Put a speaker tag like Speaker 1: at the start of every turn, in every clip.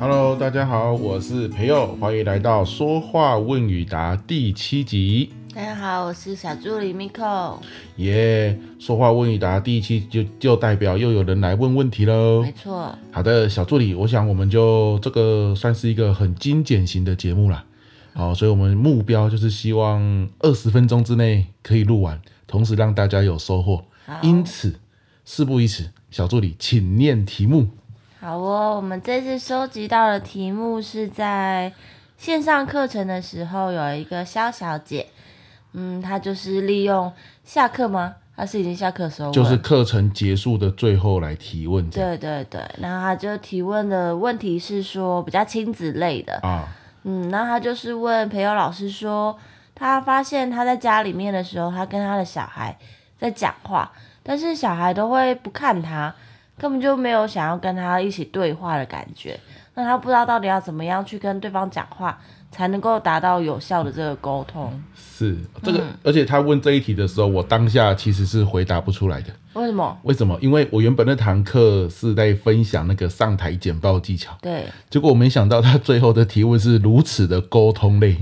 Speaker 1: Hello，大家好，我是培佑，欢迎来到《说话问与答》第七集。
Speaker 2: 大家好，我是小助理 Miko。
Speaker 1: 耶、说话问与答第一期就就代表又有人来问问题喽
Speaker 2: 没。错，
Speaker 1: 好的，小助理，我想我们就这个算是一个很精简型的节目啦。好、所以我们目标就是希望二十分钟之内可以录完，同时让大家有收获。
Speaker 2: 好
Speaker 1: 因此，事不宜迟，小助理，请念题目。
Speaker 2: 好哦。我们这次收集到的题目是在线上课程的时候，有一个肖小姐，嗯，她就是利用下课吗？她是已经下课的时候问，
Speaker 1: 就是课程结束的最后来提问这样
Speaker 2: 对对对。然后她就提问的问题是说比较亲子类的，
Speaker 1: 啊，
Speaker 2: 嗯，那他就是问培友老师说，他发现他在家里面的时候，他跟他的小孩在讲话，但是小孩都会不看他，根本就没有想要跟他一起对话的感觉。那他不知道到底要怎么样去跟对方讲话，才能够达到有效的这个沟通？
Speaker 1: 嗯是这个，而且他问这一题的时候，我当下其实是回答不出来的。
Speaker 2: 为什么？
Speaker 1: 为什么？因为我原本那堂课是在分享那个上台简报技巧，
Speaker 2: 对，
Speaker 1: 结果我没想到他最后的提问是如此的沟通类，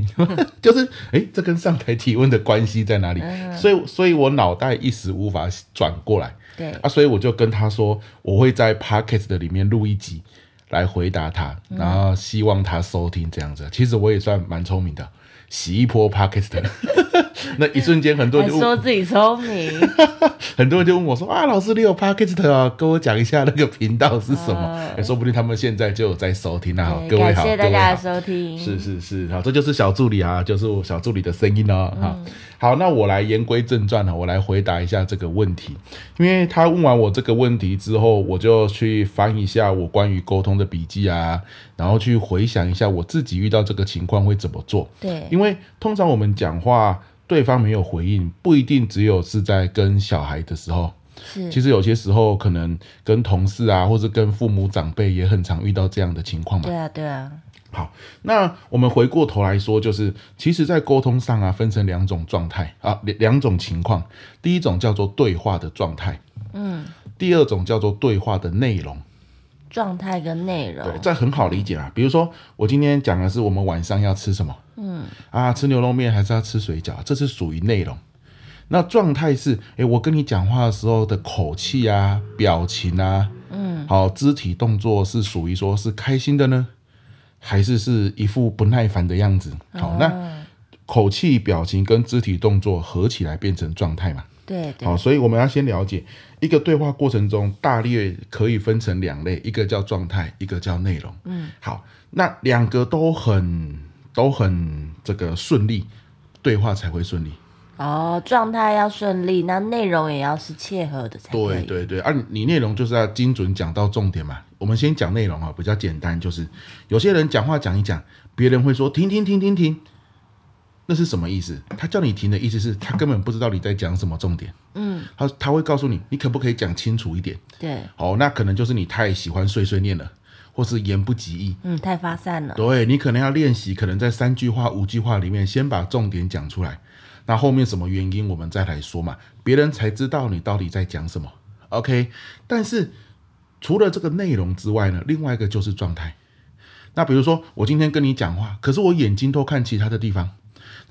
Speaker 1: 就是诶，这跟上台提问的关系在哪里？所以，所以我脑袋一时无法转过来
Speaker 2: 对，
Speaker 1: 啊，所以我就跟他说，我会在 Pocket 的里面录一集来回答他，
Speaker 2: 嗯
Speaker 1: 然后希望他收听这样子。其实我也算蛮聪明的，洗一波 Pocket 的， 那一瞬间很多
Speaker 2: 还
Speaker 1: 人就问
Speaker 2: 哎说自己聪明，
Speaker 1: 很多人就问我说啊，老师你有 podcast 啊，跟我讲一下那个频道是什么？
Speaker 2: 啊
Speaker 1: 欸说不定他们现在就有在收听啊。 好
Speaker 2: 对
Speaker 1: 各位
Speaker 2: 感
Speaker 1: 好，
Speaker 2: 谢
Speaker 1: 各
Speaker 2: 大
Speaker 1: 位
Speaker 2: 家的
Speaker 1: 好。
Speaker 2: 收听。
Speaker 1: 是是是，好，这就是小助理啊，就是我小助理的声音哦。哈、好，那我来言归正传了，啊我来回答一下这个问题，因为他问完我这个问题之后，我就去翻一下我关于沟通的笔记啊，然后去回想一下我自己遇到这个情况会怎么做。
Speaker 2: 对，
Speaker 1: 因为通常我们讲话，对方没有回应，不一定只有是在跟小孩的时候。
Speaker 2: 是，
Speaker 1: 其实有些时候，可能跟同事啊，或是跟父母长辈，也很常遇到这样的情况嘛
Speaker 2: 对。啊，对啊，
Speaker 1: 好，那我们回过头来说，就是其实，在沟通上啊，分成两种状态啊，两两种情况。第一种叫做对话的状态，
Speaker 2: 嗯，
Speaker 1: 第二种叫做对话的内容。
Speaker 2: 状态跟内容
Speaker 1: 对，，这很好理解啦。啊比如说，我今天讲的是我们晚上要吃什么，嗯，啊，吃牛肉面还是要吃水饺，这是属于内容。那状态是，诶，我跟你讲话的时候的口气啊、表情啊，嗯，好，肢体动作是属于说是开心的呢，还是是一副不耐烦的样子？好，那口气、表情跟肢体动作合起来变成状态嘛？
Speaker 2: 对对
Speaker 1: 好，所以我们要先了解一个对话过程中，大略可以分成两类，一个叫状态，一个叫内容。嗯，好，那两个都很都很这个顺利，对话才会顺利。
Speaker 2: 哦，状态要顺利，那内容也要是切合的才可
Speaker 1: 对
Speaker 2: 以。
Speaker 1: 对对，啊，你你内容就是要精准讲到重点嘛。我们先讲内容啊，比较简单，就是有些人讲话讲一讲，别人会说停停停停停，那是什么意思？他叫你停的意思是他根本不知道你在讲什么重点。嗯，他他会告诉你，你可不可以讲清楚一点？
Speaker 2: 对，
Speaker 1: 哦，那可能就是你太喜欢碎碎念了，或是言不及义。
Speaker 2: 嗯，太发散了。
Speaker 1: 对你可能要练习，可能在三句话、五句话里面先把重点讲出来，那后面什么原因我们再来说嘛，别人才知道你到底在讲什么。OK，但是除了这个内容之外呢，另外一个就是状态。那比如说，我今天跟你讲话，可是我眼睛都看其他的地方，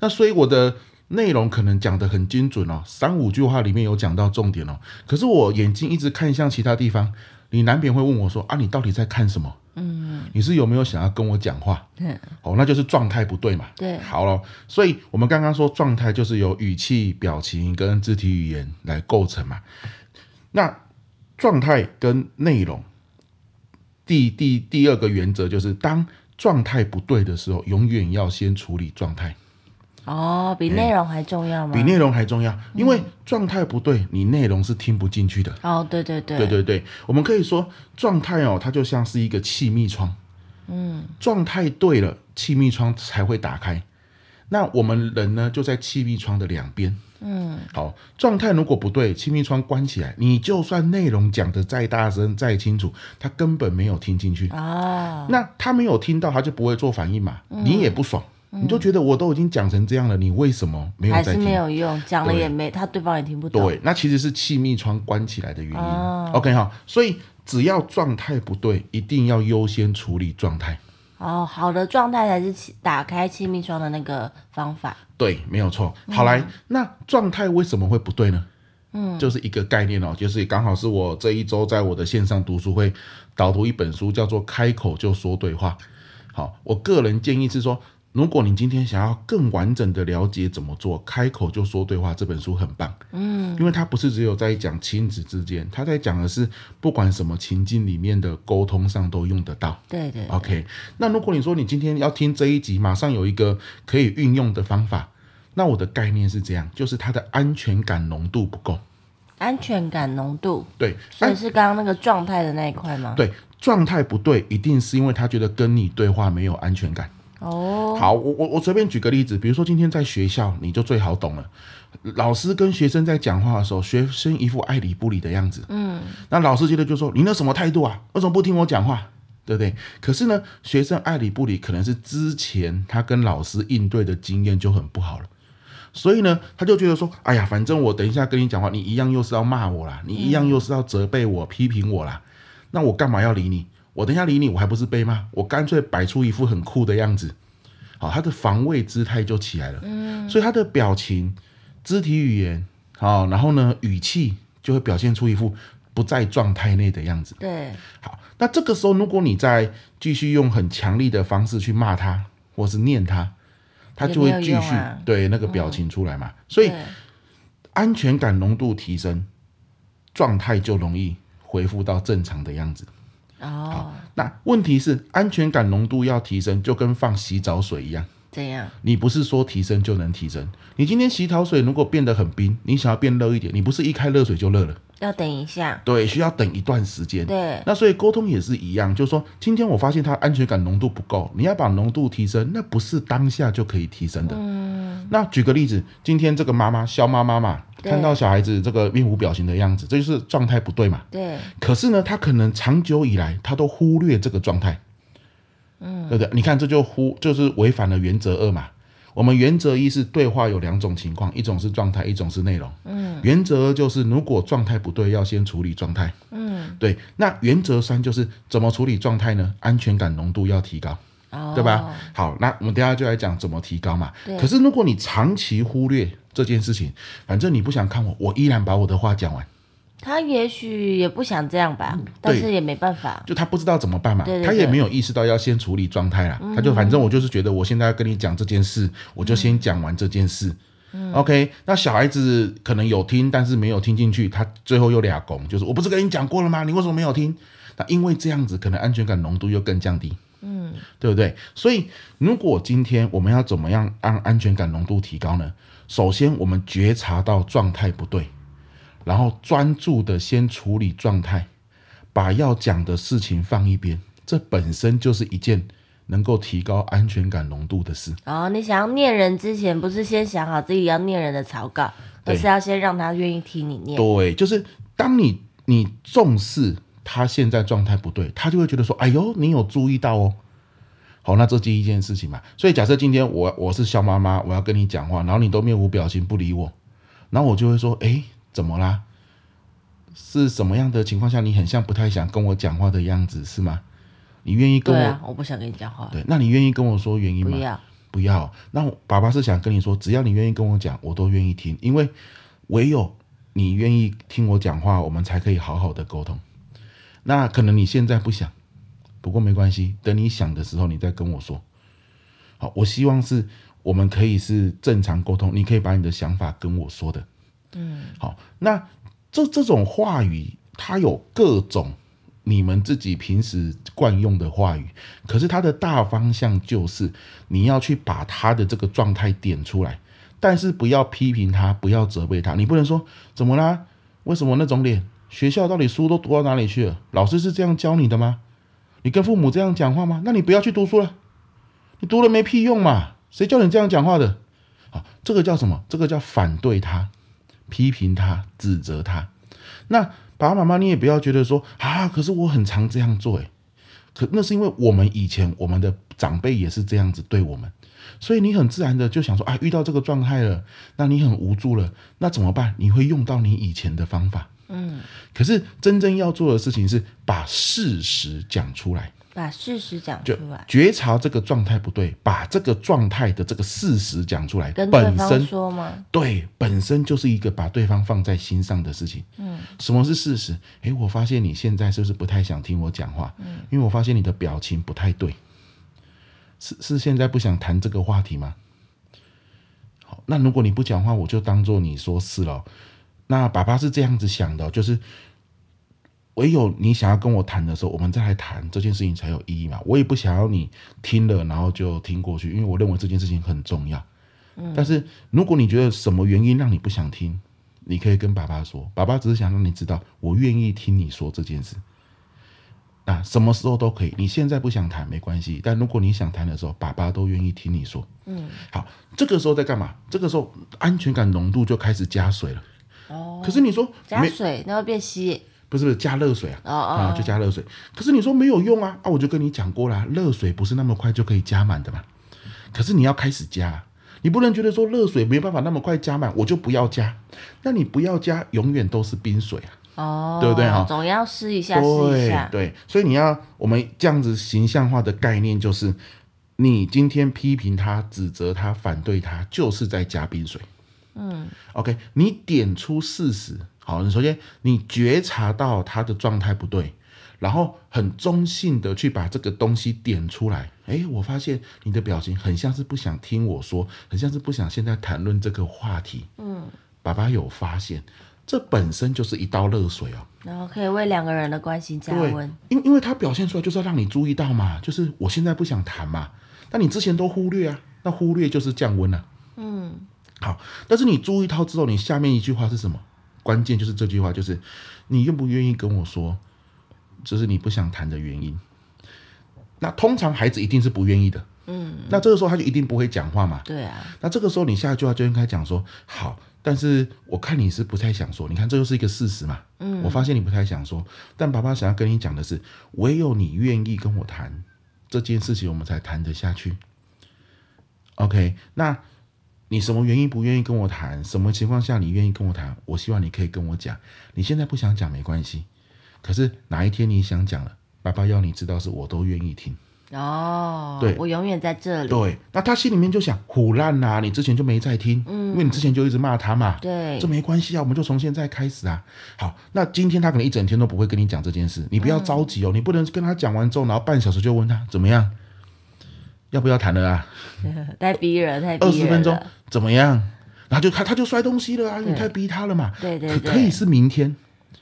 Speaker 1: 那所以我的内容可能讲得很精准哦，三五句话里面有讲到重点哦，可是我眼睛一直看向其他地方，你难免会问我说啊，你到底在看什么？嗯，你是有没有想要跟我讲话？
Speaker 2: 嗯，
Speaker 1: 哦，那就是状态不对嘛。
Speaker 2: 对
Speaker 1: 好了，所以我们刚刚说状态就是由语气、表情跟肢体语言来构成嘛。那状态跟内容，第第第二个原则就是，当状态不对的时候，永远要先处理状态，
Speaker 2: 哦，比内容还重要吗？
Speaker 1: 比内容还重要，因为状态不对，你内容是听不进去的。
Speaker 2: 哦，对对对，
Speaker 1: 对对对，我们可以说状态哦，它就像是一个气密窗，嗯，状态对了，气密窗才会打开。那我们人呢，就在气密窗的两边，嗯，好，状态如果不对，气密窗关起来，你就算内容讲的再大声、再清楚，他根本没有听进去。
Speaker 2: 哦，
Speaker 1: 那他没有听到，他就不会做反应嘛，
Speaker 2: 嗯
Speaker 1: 你也不爽，你就觉得我都已经讲成这样了，你为什么没有
Speaker 2: 还
Speaker 1: 在
Speaker 2: 是
Speaker 1: 听
Speaker 2: 没？有用，讲了
Speaker 1: 对
Speaker 2: 也没，他对方也听不懂。
Speaker 1: 对，那其实是气密窗关起来的原因。啊
Speaker 2: 哦
Speaker 1: OK 哈，所以只要状态不对，一定要优先处理状态。
Speaker 2: 哦，好的状态才是亲打开亲密窗的那个方法。
Speaker 1: 对，没有错。好来，那状态为什么会不对呢？嗯，就是一个概念哦，就是刚好是我这一周在我的线上读书会导读一本书，叫做《开口就说对话》。好，我个人建议是说，如果你今天想要更完整的了解怎么做，《开口就说对话》这本书很棒。嗯，因为它不是只有在讲亲子之间，它在讲的是不管什么情境里面的沟通上都用得到。
Speaker 2: 对对
Speaker 1: OK，那如果你说你今天要听这一集，马上有一个可以运用的方法，那我的概念是这样，就是它的安全感浓度不够。
Speaker 2: 安全感浓度，
Speaker 1: 对，
Speaker 2: 所以
Speaker 1: 安
Speaker 2: 是刚刚那个状态的那一块吗？
Speaker 1: 对状态不对，一定是因为他觉得跟你对话没有安全感。
Speaker 2: 哦，
Speaker 1: 好，我我我随便举个例子，比如说今天在学校，你就最好懂了。老师跟学生在讲话的时候，学生一副爱理不理的样子，嗯，那老师接着就说：“你那什么态度啊？为什么不听我讲话？”对不对？可是呢，学生爱理不理，可能是之前他跟老师应对的经验就很不好了。所以呢，他就觉得说，哎呀，反正我等一下跟你讲话，你一样又是要骂我啦，你一样又是要责备我、批评我啦，那我干嘛要理你？我等一下理你，我还不是被骂？我干脆摆出一副很酷的样子，好，他的防卫姿态就起来了，嗯，所以他的表情、肢体语言，好，然后呢，语气就会表现出一副不在状态内的样子。
Speaker 2: 对，
Speaker 1: 好，那这个时候如果你再继续用很强力的方式去骂他，或是念他，他就
Speaker 2: 也
Speaker 1: 会
Speaker 2: 没有
Speaker 1: 继
Speaker 2: 用
Speaker 1: 续、
Speaker 2: 啊嗯
Speaker 1: 对那个表情出来嘛。所以
Speaker 2: 对
Speaker 1: 安全感浓度提升，状态就容易恢复到正常的样子。
Speaker 2: 哦，
Speaker 1: 那问题是，安全感浓度要提升，就跟放洗澡水一样，
Speaker 2: 怎样？
Speaker 1: 你不是说提升就能提升。你今天洗澡水如果变得很冰，你想要变热一点，你不是一开热水就热了，
Speaker 2: 要等一下，
Speaker 1: 对，需要等一段时间。
Speaker 2: 对，
Speaker 1: 那所以沟通也是一样，就是说，今天我发现他安全感浓度不够，你要把浓度提升，那不是当下就可以提升的。嗯，那举个例子，今天这个妈妈肖妈妈嘛，
Speaker 2: 对
Speaker 1: 看到小孩子这个面无表情的样子，这就是状态不对嘛。
Speaker 2: 对，
Speaker 1: 可是呢，她可能长久以来她都忽略这个状态，嗯，对不对？你看，这就忽就是违反了原则二嘛。我们原则一是对话有两种情况，一种是状态，一种是内容。嗯，原则二就是如果状态不对，要先处理状态。
Speaker 2: 嗯
Speaker 1: 对，那原则三就是怎么处理状态呢？安全感浓度要提高，
Speaker 2: 哦，
Speaker 1: 对吧？？好，那我们等一下就来讲怎么提高嘛
Speaker 2: 对。
Speaker 1: 可是如果你长期忽略这件事情，反正你不想看我，我依然把我的话讲完，
Speaker 2: 他也许也不想这样吧，
Speaker 1: 嗯
Speaker 2: 但是也没办法。
Speaker 1: 就他不知道怎么办嘛，
Speaker 2: 对对
Speaker 1: 他也
Speaker 2: 对嗯
Speaker 1: 没有意识到要先处理状态啦，他就反正我就是觉得我现在要跟你讲这件事，我就先讲完这件事。OK，那
Speaker 2: 嗯
Speaker 1: 小孩子可能有听，但是没有听进去，他最后又俩拱，就是我不是跟你讲过了吗？你为什么没有听？那因为这样子，可能安全感浓度又更降低。
Speaker 2: 嗯
Speaker 1: 对不对？所以，如果今天我们要怎么样让安全感浓度提高呢？首先，我们觉察到状态不对，然后专注的先处理状态，把要讲的事情放一边，这本身就是一件能够提高安全感浓度的事。
Speaker 2: 然后哦你想要念人之前，不是先想好自己要念人的草稿，而
Speaker 1: 对
Speaker 2: 是要先让他愿意听你念。
Speaker 1: 对，就是当你你重视他现在状态不对，他就会觉得说：“哎呦，你有注意到哦。”好，那这第一件事情嘛。所以假设今天我我是肖妈妈，我要跟你讲话，然后你都面无表情不理我，然后我就会说：“哎，怎么啦？是什么样的情况下你很像不太想跟我讲话的样子，是吗？你愿意跟
Speaker 2: 对
Speaker 1: 我
Speaker 2: 啊，我不想跟你讲话，
Speaker 1: 对那你愿意跟我说原因
Speaker 2: 不
Speaker 1: 吗？
Speaker 2: 要。
Speaker 1: 不要。那我爸爸是想跟你说，只要你愿意跟我讲，我都愿意听，因为唯有你愿意听我讲话，我们才可以好好的沟通。那可能你现在不想，不过没关系，等你想的时候，你再跟我说。好，我希望是我们可以是正常沟通，你可以把你的想法跟我说的。嗯，好，那这这种话语，它有各种你们自己平时惯用的话语，可是它的大方向就是你要去把他的这个状态点出来，但是不要批评他，不要责备他，你不能说怎么啦？为什么那种脸？学校到底书都读到哪里去了？老师是这样教你的吗？你跟父母这样讲话吗？那你不要去读书了，你读了没屁用嘛？谁叫你这样讲话的？啊，这个叫什么？这个叫反对他、批评他、指责他。那爸爸妈妈，你也不要觉得说啊，可是我很常这样做诶，哎可那是因为我们以前我们的长辈也是这样子对我们，所以你很自然的就想说啊，遇到这个状态了，那你很无助了，那怎么办？你会用到你以前的方法。嗯，可是真正要做的事情是把事实讲出来。
Speaker 2: 把事实讲
Speaker 1: 就
Speaker 2: 出来，
Speaker 1: 觉察这个状态不对，把这个状态的这个事实讲出来，
Speaker 2: 跟对
Speaker 1: 本
Speaker 2: 方
Speaker 1: 身
Speaker 2: 说嘛，
Speaker 1: 对，本身就是一个把对方放在心上的事情。嗯，什么是事实？诶，我发现你现在是不是不太想听我讲话？嗯，因为我发现你的表情不太对，是是现在不想谈这个话题吗？好，那如果你不讲话，我就当做你说是了哦。那爸爸是这样子想的哦，就是唯有你想要跟我谈的时候，我们再来谈这件事情才有意义嘛。我也不想要你听了然后就听过去，因为我认为这件事情很重要。但是如果你觉得什么原因让你不想听，你可以跟爸爸说，爸爸只是想让你知道，我愿意听你说这件事。啊，什么时候都可以，你现在不想谈没关系，但如果你想谈的时候，爸爸都愿意听你说。嗯，好，这个时候在干嘛？这个时候安全感浓度就开始加水了。哦，可是你说
Speaker 2: 加
Speaker 1: 没
Speaker 2: 水那会变稀。
Speaker 1: 不是不是加热水啊，
Speaker 2: 哦哦
Speaker 1: 啊就加热水。可是你说没有用啊，啊我就跟你讲过啦，热水不是那么快就可以加满的嘛。可是你要开始加啊，你不能觉得说热水没办法那么快加满，我就不要加。那你不要加，永远都是冰水啊。
Speaker 2: 哦，
Speaker 1: 对不对哈
Speaker 2: 总要试一下，试一
Speaker 1: 对
Speaker 2: 下。
Speaker 1: 对，所以你要我们这样子形象化的概念就是，你今天批评他、指责他、反对他，就是在加冰水。嗯，OK，你点出事实，好，你首先你觉察到他的状态不对，然后很中性的去把这个东西点出来。诶，我发现你的表情很像是不想听我说，很像是不想现在谈论这个话题。嗯，爸爸有发现，这本身就是一道热水哦。
Speaker 2: 然后可以为两个人的关系加
Speaker 1: 对
Speaker 2: 温。，
Speaker 1: 因因为他表现出来就是要让你注意到嘛，就是我现在不想谈嘛，但你之前都忽略啊，那忽略就是降温啊。嗯，好，但是你注意到之后，你下面一句话是什么？关键就是这句话，就是你愿不愿意跟我说，这是你不想谈的原因。那通常孩子一定是不愿意的，嗯，那这个时候他就一定不会讲话嘛，
Speaker 2: 对啊，
Speaker 1: 那这个时候你下一句话就应该讲说好，但是我看你是不太想说，你看这就是一个事实嘛。嗯，我发现你不太想说，但爸爸想要跟你讲的是，唯有你愿意跟我谈这件事情，我们才谈得下去。OK，那你什么原因不愿意跟我谈？什么情况下你愿意跟我谈？我希望你可以跟我讲。你现在不想讲没关系，可是哪一天你想讲了，爸爸要你知道是我都愿意听。
Speaker 2: 哦，
Speaker 1: 对
Speaker 2: 我永远在这里。
Speaker 1: 对，那他心里面就想，虎烂啦、你之前就没在听，因为你之前就一直骂他嘛，
Speaker 2: 嗯对
Speaker 1: 这没关系啊，我们就从现在开始啊。好，那今天他可能一整天都不会跟你讲这件事，你不要着急哦，你不能跟他讲完之后，然后半小时就问他怎么样，要不要谈了啊？
Speaker 2: 太逼人，太逼
Speaker 1: 二
Speaker 2: 人
Speaker 1: 十分钟
Speaker 2: 了
Speaker 1: 怎么样？然后就他他就摔东西了啊，因为你
Speaker 2: 对
Speaker 1: 太逼他了嘛。
Speaker 2: 对对
Speaker 1: 可
Speaker 2: 对
Speaker 1: 可以是明天，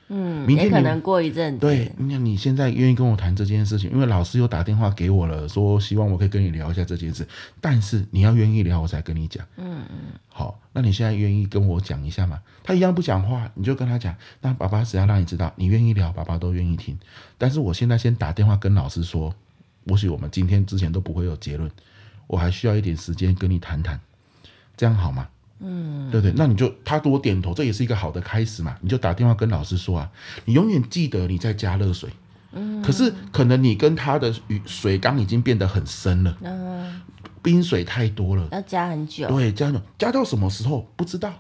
Speaker 2: 嗯，
Speaker 1: 明天
Speaker 2: 也可
Speaker 1: 你
Speaker 2: 能过一阵子。
Speaker 1: 对，那你现在愿意跟我谈这件事情，因为老师又打电话给我了，说希望我可以跟你聊一下这件事，但是你要愿意聊，我才跟你讲。嗯嗯。好，那你现在愿意跟我讲一下吗？他一样不讲话，你就跟他讲，那爸爸只要让你知道，你愿意聊，爸爸都愿意听。但是我现在先打电话跟老师说，或许我们今天之前都不会有结论，我还需要一点时间跟你谈谈，这样好吗？嗯，对不对，那你就他多点头，这也是一个好的开始嘛。你就打电话跟老师说啊，你永远记得你在加热水。嗯，可是可能你跟他的雨水缸已经变得很深了，
Speaker 2: 嗯，
Speaker 1: 冰水太多了。
Speaker 2: 要加很久。
Speaker 1: 对，啊加油加到什么时候不知道，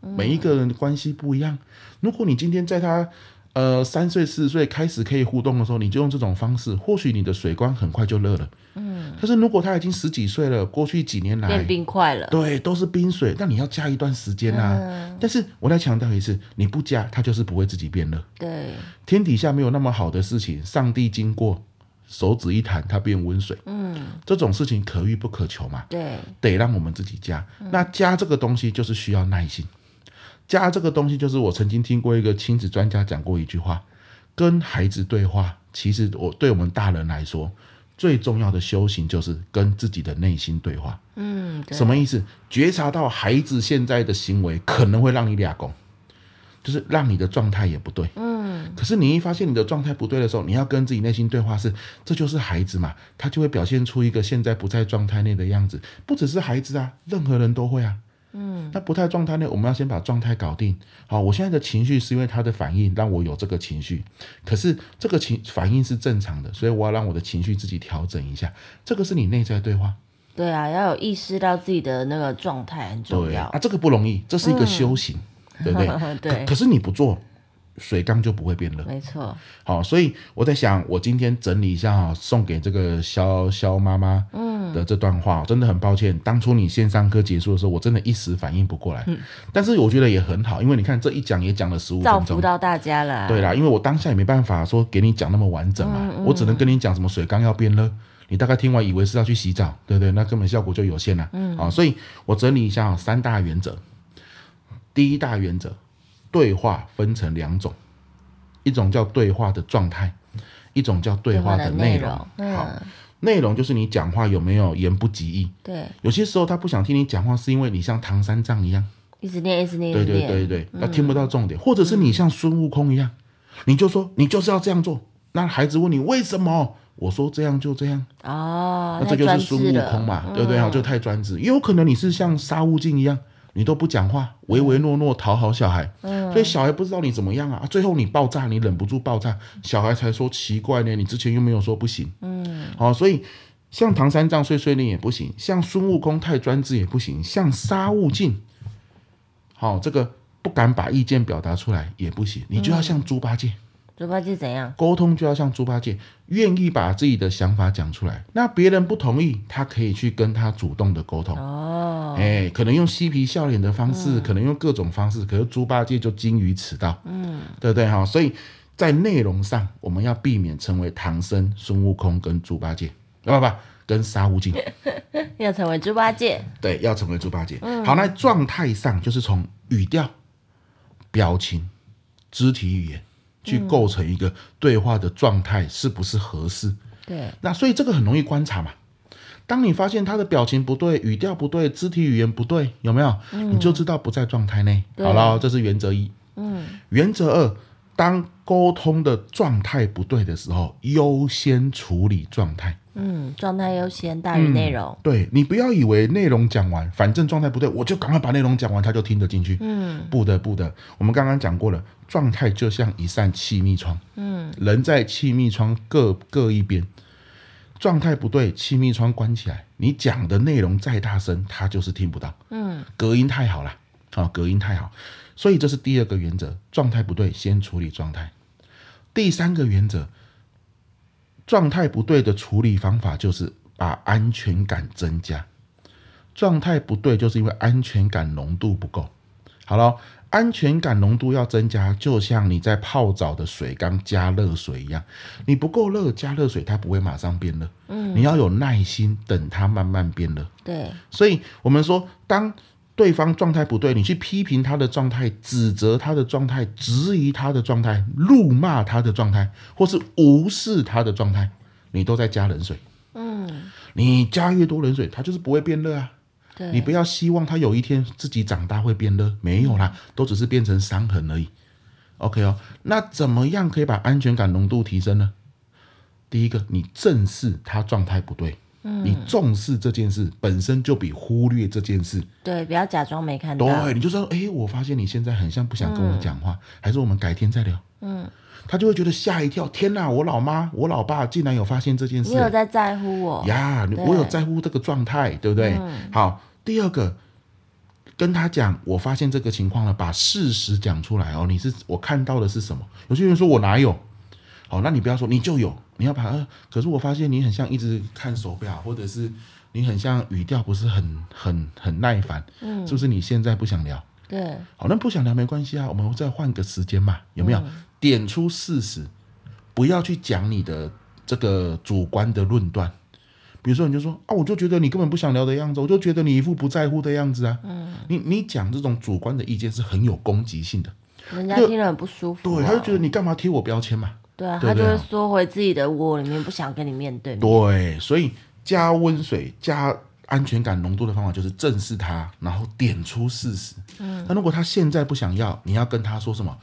Speaker 1: 每一个人的关系不一样。如果你今天在他呃三岁四岁开始可以互动的时候，你就用这种方式，或许你的水缸很快就热了。嗯，但是如果他已经十几岁了，过去几年来
Speaker 2: 变冰块了。嗯
Speaker 1: 对，都是冰水，那你要加一段时间啊。但是我再强调一次，你不加，它就是不会自己变热。
Speaker 2: 对，
Speaker 1: 天底下没有那么好的事情，上帝经过手指一弹，它变温水。
Speaker 2: 嗯，
Speaker 1: 这种事情可遇不可求嘛，
Speaker 2: 对，
Speaker 1: 得让我们自己加。那加这个东西就是需要耐心，加这个东西就是我曾经听过一个亲子专家讲过一句话：跟孩子对话，其实我对我们大人来说，最重要的修行就是跟自己的内心对话。
Speaker 2: 嗯，对
Speaker 1: 什么意思？觉察到孩子现在的行为可能会让你俩拱，就是让你的状态也不对。嗯。可是你一发现你的状态不对的时候，你要跟自己内心对话是，这就是孩子嘛，他就会表现出一个现在不在状态内的样子。不只是孩子啊，任何人都会啊。嗯。那不在状态内，我们要先把状态搞定。好，我现在的情绪是因为他的反应让我有这个情绪，可是这个情反应是正常的，所以我要让我的情绪自己调整一下。这个是你内在对话。
Speaker 2: 对啊，要有意识到自己的那个状态很重
Speaker 1: 对
Speaker 2: 要嗯
Speaker 1: 啊，。这个不容易，这是一个修行，对不对？
Speaker 2: 对
Speaker 1: 可可是你不做，水缸就不会变热。
Speaker 2: 没错，
Speaker 1: 好，所以我在想，我今天整理一下哈、送给这个肖肖妈妈
Speaker 2: 嗯
Speaker 1: 的这段话，真的很抱歉，当初你线上课结束的时候，我真的一时反应不过来。
Speaker 2: 嗯
Speaker 1: 但是我觉得也很好，因为你看这一讲也讲了十五
Speaker 2: 造
Speaker 1: 分
Speaker 2: 福
Speaker 1: 钟。
Speaker 2: 到大家了啊。
Speaker 1: 对啦，因为我当下也没办法说给你讲那么完整嘛，我只能跟你讲什么水缸要变热，你大概听完以为是要去洗澡，对不对？那根本效果就有限啦。嗯，好，所以我整理一下、哦、三大原则。第一大原则，对话分成两种，一种叫对话的状态，一种叫对话的内容。
Speaker 2: 对
Speaker 1: 好
Speaker 2: 话的内容，嗯，
Speaker 1: 内容就是你讲话有没有言不及义，
Speaker 2: 对，
Speaker 1: 有些时候他不想听你讲话，是因为你像唐三藏一样。
Speaker 2: 一直念，一直念，
Speaker 1: 对
Speaker 2: 一直
Speaker 1: 对
Speaker 2: 念
Speaker 1: 对
Speaker 2: 嗯
Speaker 1: 对，他听不到重点，或者是你像孙悟空一样，你就说你就是要这样做，那孩子问你为什么，我说这样就这样，
Speaker 2: 哦，
Speaker 1: 那这
Speaker 2: 太
Speaker 1: 就是
Speaker 2: 专
Speaker 1: 孙
Speaker 2: 制
Speaker 1: 悟
Speaker 2: 了嗯
Speaker 1: 空嘛，对不对啊？就太专制，也有可能你是像沙悟净一样，你都不讲话，唯唯诺诺讨好小孩，
Speaker 2: 嗯
Speaker 1: 所以小孩不知道你怎么样啊，啊最后你爆炸，你忍不住爆炸，小孩才说奇怪呢，你之前又没有说不行，嗯，好，所以。像唐三藏碎碎念也不行，像孙悟空太专制也不行，像沙悟净好、这个不敢把意见表达出来也不行，你就
Speaker 2: 嗯
Speaker 1: 要像猪八戒，
Speaker 2: 猪八戒怎样？
Speaker 1: 沟通就要像猪八戒，愿意把自己的想法讲出来。那别人不同意，他可以去跟他主动的沟通。
Speaker 2: 哦，
Speaker 1: 哎，可能用嬉皮笑脸的方式，可能用各种方式，可是猪八戒就精于此道，嗯，对不对哈？所以在内容上，我们要避免成为唐僧、孙悟空跟猪八戒，啊不不，跟沙悟净。
Speaker 2: 要成为猪八戒，
Speaker 1: 对，要成为猪八戒。好，那状态上就是从语调、表情、肢体语言去构成一个对话的状态是不是合适。
Speaker 2: 对，
Speaker 1: 那所以这个很容易观察嘛。当你发现他的表情不对、语调不对、肢体语言不对，有没有？你就知道不在状态内。
Speaker 2: 对
Speaker 1: 好了，这是原则一。嗯，原则二，当沟通的状态不对的时候，优先处理状态。
Speaker 2: 嗯，状态优先大于内容，
Speaker 1: 对你不要以为内容讲完，反正状态不对，我就赶快把内容讲完，他就听得进去。嗯，不的不的，我们刚刚讲过了，状态就像一扇气密窗。嗯，人在气密窗各各一边，状态不对，气密窗关起来，你讲的内容再大声，他就是听不到。嗯，隔音太好了，啊、隔音太好，所以这是第二个原则，状态不对先处理状态。第三个原则，状态不对的处理方法就是把安全感增加。状态不对，就是因为安全感浓度不够。好了，安全感浓度要增加，就像你在泡澡的水缸加热水一样，你不够热加热水，它不会马上变热。嗯，你要有耐心等它慢慢变热。
Speaker 2: 对，
Speaker 1: 所以我们说，当对方状态不对，你去批评他的状态、指责他的状态、质疑他的状态、怒骂他的状态，或是无视他的状态，你都在加冷水。
Speaker 2: 嗯，
Speaker 1: 你加越多冷水，它就是不会变热啊。
Speaker 2: 对，
Speaker 1: 你不要希望它有一天自己长大会变热，没有啦，都只是变成伤痕而已。OK 哦，那怎么样可以把安全感浓度提升呢？第一个，你正视他状态不对，你重视这件事本身就比忽略这件事
Speaker 2: 对，不要假装没看到，
Speaker 1: 对，你就说，哎、我发现你现在很像不想跟我讲话，还是我们改天再聊。嗯，他就会觉得吓一跳，天哪，我老妈、我老爸竟然有发现这件事
Speaker 2: 你，有在在乎我，
Speaker 1: 呀，你
Speaker 2: 对
Speaker 1: 我有在乎这个状态，对不对？好，第二个，跟他讲，我发现这个情况了，把事实讲出来哦。你是我看到的是什么？有些人说我哪有？好，那你不要说你就有，你要把呃，可是我发现你很像一直看手表，或者是你很像语调不是很很很耐烦，是不是？你现在不想聊？
Speaker 2: 对，
Speaker 1: 好，那不想聊没关系啊，我们再换个时间嘛，有没有？点出事实，不要去讲你的这个主观的论断。比如说，你就说啊，我就觉得你根本不想聊的样子，我就觉得你一副不在乎的样子啊。嗯，你你讲这种主观的意见是很有攻击性的，
Speaker 2: 人家
Speaker 1: 就
Speaker 2: 听了很不舒服啊，
Speaker 1: 对，他就觉得你干嘛贴我标签嘛？
Speaker 2: 对啊，
Speaker 1: 对
Speaker 2: 他
Speaker 1: 不
Speaker 2: 就
Speaker 1: 对
Speaker 2: 会
Speaker 1: 啊
Speaker 2: 缩回自己的窝里面，不想跟你面对面，
Speaker 1: 对，所以加温水、加安全感浓度的方法就是正视它，然后点出事实。嗯，那如果他现在不想要，你要跟他说什么？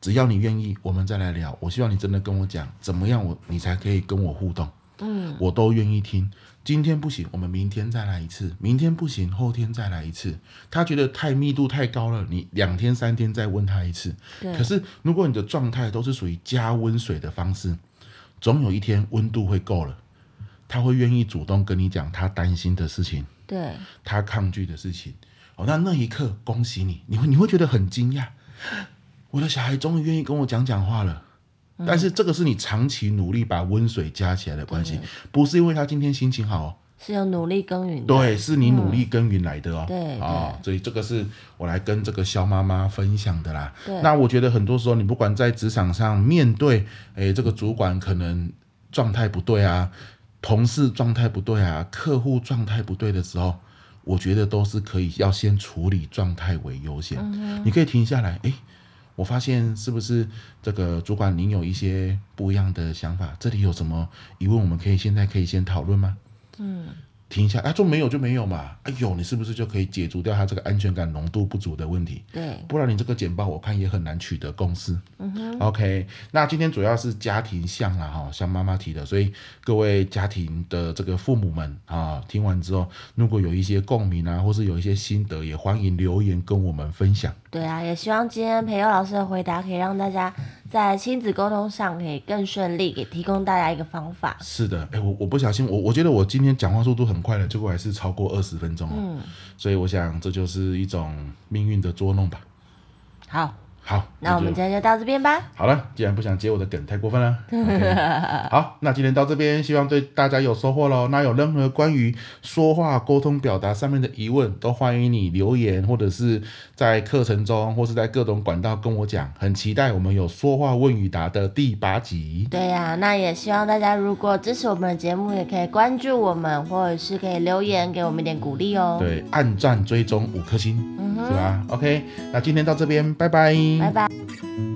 Speaker 1: 只要你愿意，我们再来聊。我希望你真的跟我讲，怎么样我你才可以跟我互动。嗯，我都愿意听。今天不行，我们明天再来一次；明天不行，后天再来一次。他觉得太密度太高了，你两天三天再问他一次。
Speaker 2: 对
Speaker 1: 可是如果你的状态都是属于加温水的方式，总有一天温度会够了，他会愿意主动跟你讲他担心的事情，
Speaker 2: 对，
Speaker 1: 他抗拒的事情。哦，那那一刻恭喜你，你会你会觉得很惊讶，我的小孩终于愿意跟我讲讲话了。但是这个是你长期努力把温水加起来的关系，不是因为他今天心情好哦，
Speaker 2: 是有努力耕耘的。
Speaker 1: 对，是你努力耕耘来的哦。
Speaker 2: 嗯对
Speaker 1: 哦，所以这个是我来跟这个肖妈妈分享的啦
Speaker 2: 对。
Speaker 1: 那我觉得很多时候，你不管在职场上面对，诶，这个主管可能状态不对啊，同事状态不对啊，客户状态不对的时候，我觉得都是可以要先处理状态为优先。
Speaker 2: 嗯
Speaker 1: 你可以停下来，诶，我发现是不是这个主管您有一些不一样的想法？这里有什么疑问，我们可以现在可以先讨论吗？停一下，啊，就没有就没有嘛，哎呦，你是不是就可以解除掉他这个安全感浓度不足的问题？
Speaker 2: 对，
Speaker 1: 不然你这个简报我看也很难取得共识。嗯哼，OK，那今天主要是家庭项啦哈，像妈妈提的，所以各位家庭的这个父母们啊，听完之后如果有一些共鸣啊，或是有一些心得，也欢迎留言跟我们分享。
Speaker 2: 对啊，也希望今天培佑老师的回答可以让大家在亲子沟通上可以更顺利，也提供大家一个方法。
Speaker 1: 是的，哎、我我不小心，我我觉得我今天讲话速度很快了，结果还是超过二十分钟哦。所以我想这就是一种命运的捉弄吧。
Speaker 2: 好，
Speaker 1: 好，
Speaker 2: 那我们
Speaker 1: 就
Speaker 2: 今天就到这边吧。
Speaker 1: 好了，既然不想接我的梗，太过分了。OK 好，那今天到这边，希望对大家有收获喽。那有任何关于说话、沟通、表达上面的疑问，都欢迎你留言，或者是在课程中，或是在各种管道跟我讲。很期待我们有说话问与答的第八集。
Speaker 2: 对呀、那也希望大家如果支持我们的节目，也可以关注我们，或者是可以留言给我们一点鼓励哦。
Speaker 1: 对，按赞、追踪五颗星，
Speaker 2: 嗯
Speaker 1: 是吧？OK，那今天到这边，拜拜，
Speaker 2: 拜拜。